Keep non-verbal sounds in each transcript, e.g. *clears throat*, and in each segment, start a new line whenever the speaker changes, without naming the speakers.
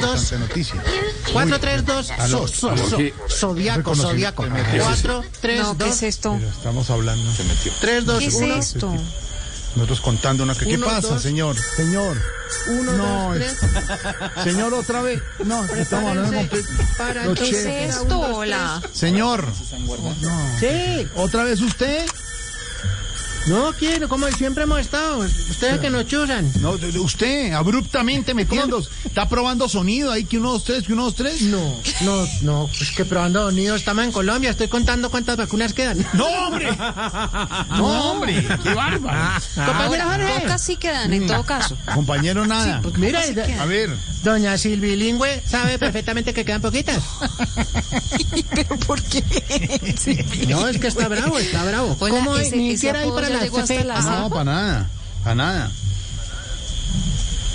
Dos,
Esta noticia.
4, 3, 2,
Aló,
so, so,
aló,
so.
¿qué?
Zodíaco,
Reconocí-
zodíaco.
te metió.
4, 3,
No, ¿qué es
2,
esto?
Mira, Estamos hablando.
3,
¿Qué
2,
es
1.
esto?
Nosotros contando una que. ¿Qué
Uno,
pasa,
dos.
señor? Señor.
1,
No,
2, 3.
Señor, otra vez. No, estamos hablando con-
Para
Los
¿Qué es
Che.
esto? Hola.
Señor.
Sí,
¿Otra vez usted?
no quiero, como siempre hemos estado. Ustedes que nos chusan.
No, de- de- usted, abruptamente metiéndose. Está probando sonido ahí, que uno, dos, tres, que uno, dos, tres.
No, no, no, es que probando unidos estamos en Colombia, estoy contando cuántas vacunas quedan. Ah,
¡No, hombre! ¡No, hombre! ¡Qué bárbaro!
Compañera
Ahora,
Jorge.
pocas sí quedan, en todo caso.
Compañero, nada.
Pues mira,
A ver,
doña Silvilingüe sabe perfectamente que quedan poquitas.
*laughs* ¿Pero por qué? Sí.
No, es que está bravo, está bravo.
Hola,
¿Cómo
ese-
ni
ese
siquiera ir
apodo
para
ya
la
llegó hasta
CFE?
la
Ah,
no, para nada. Para nada.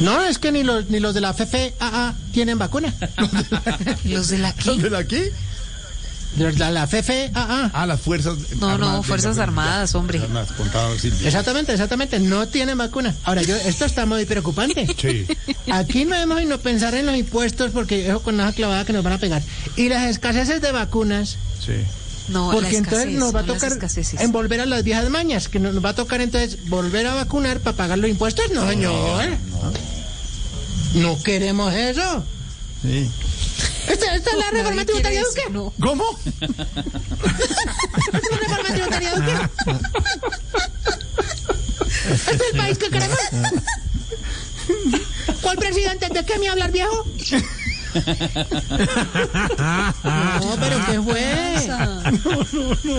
No, es que ni los, ni los de la FFAA tienen vacuna.
¿Los de la qué?
¿De la qué?
Los de la FFAA.
Ah, las fuerzas.
No,
Armadas
no,
del
Fuerzas
Gabinete.
Armadas, hombre.
Armadas, contaba Silvia.
Exactamente, exactamente, no tienen vacuna. Ahora, yo, esto está muy preocupante.
Sí.
Aquí no hemos no pensar en los impuestos porque eso con esa clavada que nos van a pegar. Y las escaseces de vacunas,
Sí.
No, la
porque entonces
escasez,
nos va a
no las
tocar
escaseces.
envolver a las viejas mañas, que nos va a tocar entonces volver a vacunar para pagar los impuestos. No, señor. No queremos eso.
Sí.
Esta, esta es la
Nadie
reforma
quiere
tributaria de
eso,
Duque.
no.
¿Cómo?
*laughs* Es una reforma tributaria de Duque. Este es el país que queremos. ¿Cuál presidente? ¿De qué me hablar, viejo? No, pero ¿qué fue?
Ah.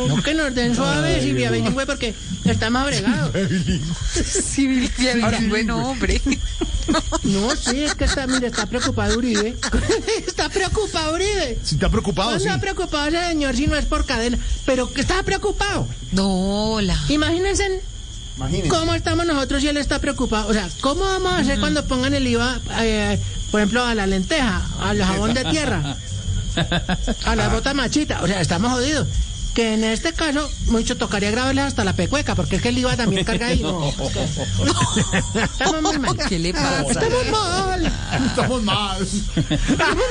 No que nos den suave y bilingüe porque estamos abregados.
*laughs* Sí, bien, buen hombre.
No, sí, es que está, mire, está preocupado Uribe. *laughs* Está preocupado Uribe.
Si está preocupado,
No
Ah, sí.
está preocupado ese señor si no es por cadena, pero que está preocupado.
No, hola.
Imagínense
Imagínense.
cómo estamos nosotros y él está preocupado. O sea, ¿cómo vamos a hacer cuando pongan el IVA, eh, por ejemplo, a la lenteja, al jabón de tierra, a la bota machita? O sea, estamos jodidos. Que en este caso, mucho tocaría grabarles hasta la pecueca, porque es que el IVA también carga ahí. *laughs* No. Estamos muy mal. Ah,
¿Qué le pasa?
Estamos mal.
Estamos mal.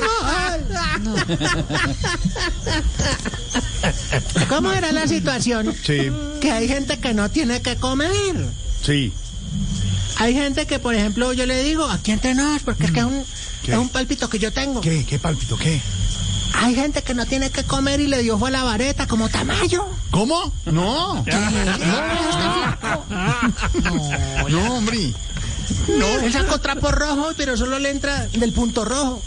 Estamos mal. ¿Cómo era la situación?
Sí,
Que hay gente que no tiene que comer.
sí.
Hay gente que, por ejemplo, yo le digo, aquí entre nos, porque es que es un, es un palpito que yo tengo.
¿Qué? ¿Qué palpito? ¿Qué?
Hay gente que no tiene que comer y le dio fue a la vareta, como Tamayo.
¿Cómo? No. No, no, hombre.
No. Él sacó trapo rojo, pero solo le entra del punto rojo.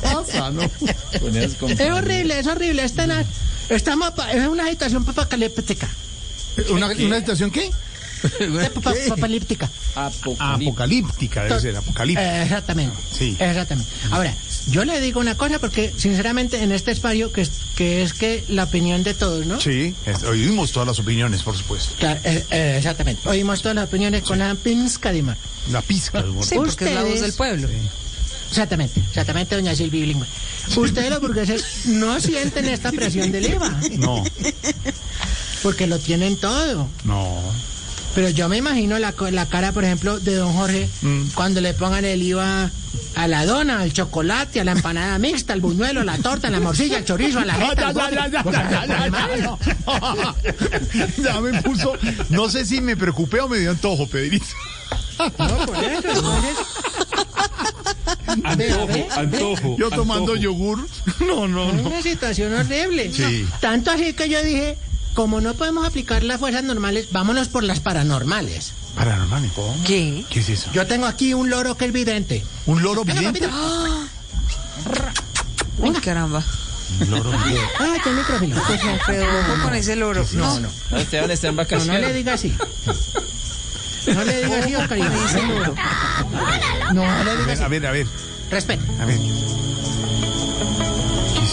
Pasa, Ah, ¿no?
Es horrible, es horrible. Es, tenaz. Estamos pa- es una situación apocalíptica.
¿Una, ¿Una situación qué?
Apocalíptica.
Apocalíptica, debe ser, apocalíptica.
Eh, Exactamente.
Sí.
Exactamente. Ahora, yo le digo una cosa, porque sinceramente en este espacio, que es que, es que la opinión de todos, ¿no?
Sí, es- oímos todas las opiniones, por supuesto.
Claro, eh, eh, exactamente. Oímos todas las opiniones con la pinzca de mar.
La pizca. de humor.
Sí, porque es la voz
Ustedes-
del pueblo.
Exactamente, exactamente, doña Silvia Bilingüe. Ustedes los burgueses no sienten esta presión del IVA,
No,
porque lo tienen todo.
no.
Pero yo me imagino la, co- la cara, por ejemplo, de don Jorge
Mm.
cuando le pongan el IVA a la dona, al chocolate, a la empanada mixta, al buñuelo, a la torta, a la morcilla, al
*laughs*
chorizo, a la jeta, al bote.
Ya me puso. No sé si me preocupé o me dio antojo, Pedrito.
No, por eso, entonces,
Antojo, antojo.
Yo tomando
antojo.
yogur. No, no,
es
no.
una situación horrible.
Sí.
Tanto así que yo dije, como no podemos aplicar las fuerzas normales, vámonos por las paranormales.
Paranormal, ¿cómo?
¿Qué?
¿Qué es eso?
Yo tengo aquí un loro que es vidente.
¿Un loro
Venga,
vidente?
papito.
Uy, caramba.
Un loro vidente.
Ah, qué micrófono.
Pero ojo con ese loro. No, no.
Esteban está en
No, no le
vacaciones.
diga así. No le diga así, Oscar.
Con ese loro.
No le digas
A ver, a ver,
así. Respeto.
a ver.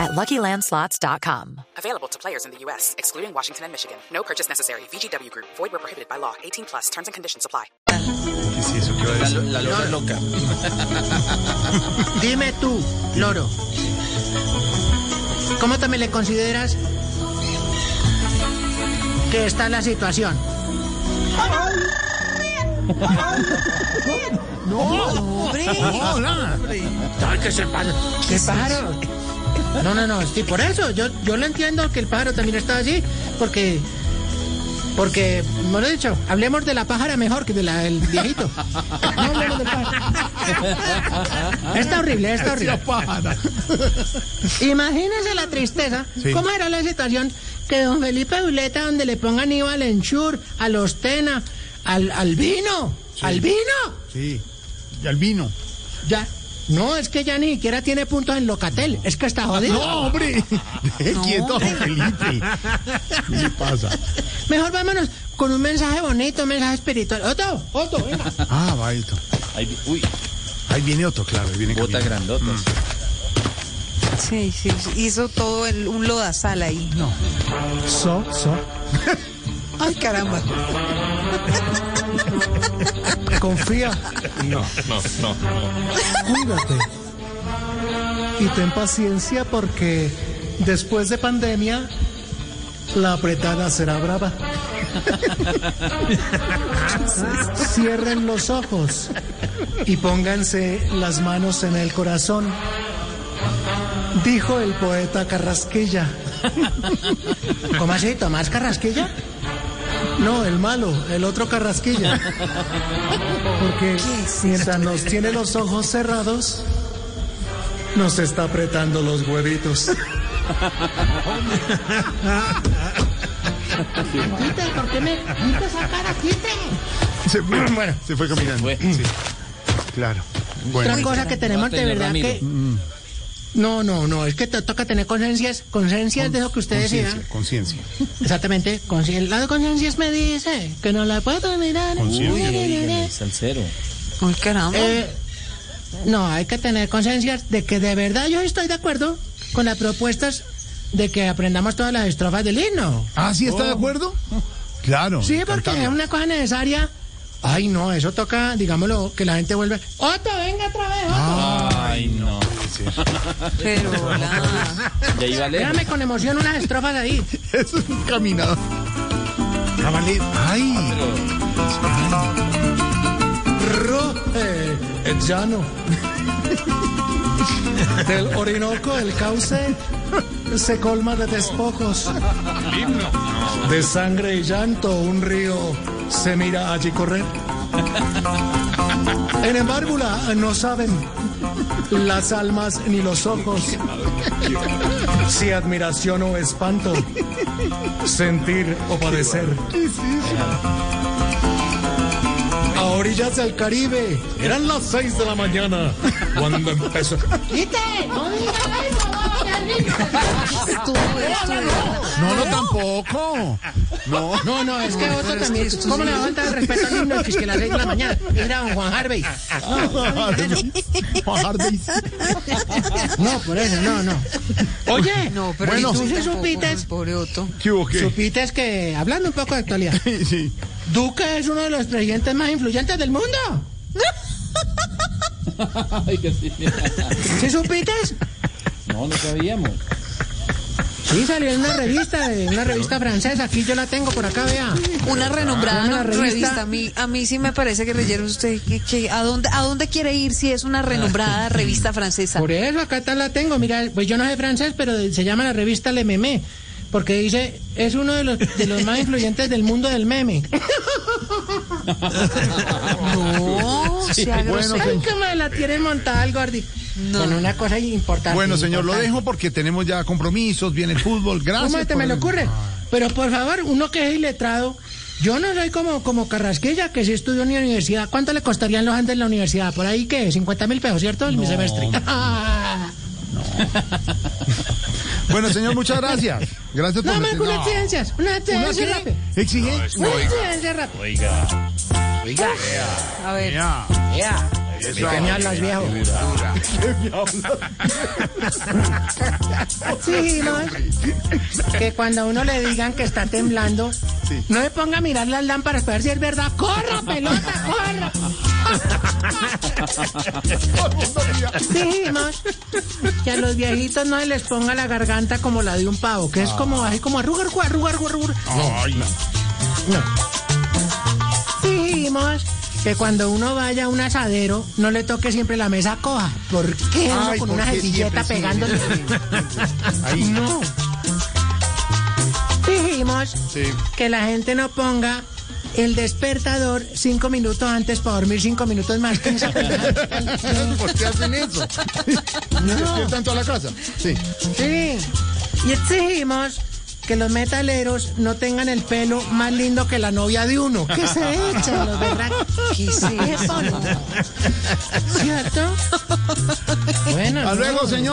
at luckylandslots.com.
Available to players in the U.S., excluding Washington and Michigan. No purchase necessary. VGW Group, void were prohibited by law. 18 plus terms and conditions apply.
¿Qué es eso? ¿Qué va a
La,
decir?
lo- la loca loca.
*laughs* Dime tú, loro. ¿Cómo también le consideras que está la situación?
No, hola.
Ay, que se pasa. ¿Qué pájaro? No, no, no, sí, por eso. Yo, yo lo entiendo que el pájaro también está así, porque. Porque, me lo he dicho, hablemos de la pájara mejor que de la del *laughs* viejito. No hablemos del pájaro. Ah. Está horrible, está horrible.
Hacía pájara.
*laughs* Imagínense la tristeza.
Sí.
¿Cómo era la situación que don Felipe Zuleta, donde le pongan IVA al enchur, al ostena, al, al vino? ¡Al vino!
Sí. Y al vino.
Ya. No, es que ya ni siquiera tiene puntos en Locatel. Es que está jodido.
*laughs*
No, hombre. Deje quieto a don Felipe. ¿Qué le pasa?
Mejor vámonos con un mensaje bonito, un mensaje espiritual. Otto, Otto, venga.
Ah, va esto.
Ahí vi- uy,
Ahí viene otro, claro. ahí Viene
botas
caminando.
grandotas.
Sí, sí, sí, hizo todo el, un lodazal ahí.
So, so.
Ay, caramba.
Confía. No, no, no. Cuídate. Y ten paciencia porque después de pandemia, la apretada será brava. Cierren los ojos y pónganse las manos en el corazón. Dijo el poeta Carrasquilla. ¿Cómo así? ¿Tomás Carrasquilla? No, el malo, el otro Carrasquilla. Porque mientras nos tiene los ojos cerrados, nos está apretando los huevitos. ¿por qué me quitas a cara?
Se fue, *clears throat* se fue caminando.
Fue.
Sí. Claro. Bueno.
Otra cosa que tenemos de
Mátelo,
verdad
Ramiro.
que... Mm. No, no, no, es que te toca tener conciencias, conciencias de lo que ustedes digan.
Conciencia, conciencia.
Exactamente, conciencia. La de conciencias me dice que no la puedo mirar.
Conciencia.
Dígame, salsero.
Ay, caramba.
Eh, no, hay que tener conciencia de que de verdad yo estoy de acuerdo con las propuestas de que aprendamos todas las estrofas del himno.
Ah, ¿sí
Oh.
está de acuerdo? Claro.
Sí, porque
cantarla.
es una cosa necesaria. Ay, no, eso toca, digámoslo, que la gente vuelve. ¡Otto, venga otra vez! Otto!
Ah.
Ay, no.
*laughs* Pero hola.
Ya iba lejos.
Espérame con emoción unas estrofas ahí.
*laughs* Es un caminador. Ah, vale. Ay.
Roje, eh, el llano. Del Orinoco, el cauce se colma de despojos. De sangre y llanto, un río se mira allí correr. En embárbula no saben las almas ni los ojos. Si admiración o espanto, sentir o padecer. A orillas del Caribe. Eran las 6 de la mañana cuando empezó.
Estuvo, estuvo.
No, no
*laughs*
tampoco. *laughs* No.
No, no, es que otro
pero es
también.
que esto
¿Cómo
sí.
le falta de respeto al himno que es que las 6 de la mañana? Era don Juan Harvey.
Hardy.
*laughs* No, por eso, no, no. Oye,
No, pero
bueno,
tú
sí
tampoco,
supiste.
pues, pobre Otto.
¿Qué hubo qué?
supiste es que, hablando un poco de actualidad, *laughs*
Sí, sí.
Duque es uno de los presidentes más influyentes del mundo.
Ay, que sí.
¿Sí supiste?
No, no sabíamos.
Sí, salió en una revista, de una revista francesa. Aquí yo la tengo por acá, vea.
Una renombrada
Ah, Una
no,
revista.
revista. A, mí, a mí sí me parece que leyeron usted que, que- a, dónde, a dónde quiere ir si es una renombrada revista
Ah.
francesa.
Por eso acá está la tengo. Mira, pues yo no sé francés, pero se llama la revista Le Meme. Porque dice, es uno de los, de los más influyentes del mundo del *laughs* meme.
No, sea
bueno,
grosero.
*laughs* pues. Ay, cómo la tiene montada el gordi. Con una cosa importante.
Bueno, señor, lo
importante.
dejo porque tenemos ya compromisos, viene el fútbol. Gracias.
¿Cómo te
por
me le
el-
ocurre? Pero por favor, uno que es iletrado, yo no soy como, como Carrasquilla, que si estudió en la universidad, ¿cuánto le costarían los Andes en la universidad? Por ahí que 50 mil pesos, ¿cierto? El
*laughs*
mi semestre. *laughs*
Bueno, señor, muchas gracias. Gracias por
no,
meter-
Marco, unas ciencias, unas
¿Una
ciencias
qué?
rápido.
Exigencia.
Unas ciencias rápido.
A ver.
¿Qué me hablas, viejo? Sí, no. Que cuando a uno le digan que está temblando, no se ponga a mirar las lámparas para ver si es verdad. ¡Corra, pelota, corra! Dijimos que a los viejitos no se les ponga la garganta como la de un pavo, que es como así como arruga, arruga, arruga, arruga, arruga. Dijimos que cuando uno vaya a un asadero, no le toque siempre la mesa coja. ¿Por qué uno
Ay,
con
¿por
una
qué siempre
servilleta
sí?
pegándole?
Ahí.
No. Dijimos
Sí.
que la gente no ponga el despertador cinco minutos antes para dormir cinco minutos más. que esa
*laughs*
persona.
*laughs* ¿Por qué hacen eso? ¿Qué tanto a la casa? Sí.
Sí. Y exigimos que los metaleros no tengan el pelo más lindo que la novia de uno. Que se echan los berracos.
¿Qué es eso? *laughs*
¿Cierto? Bueno.
Hasta luego, señor.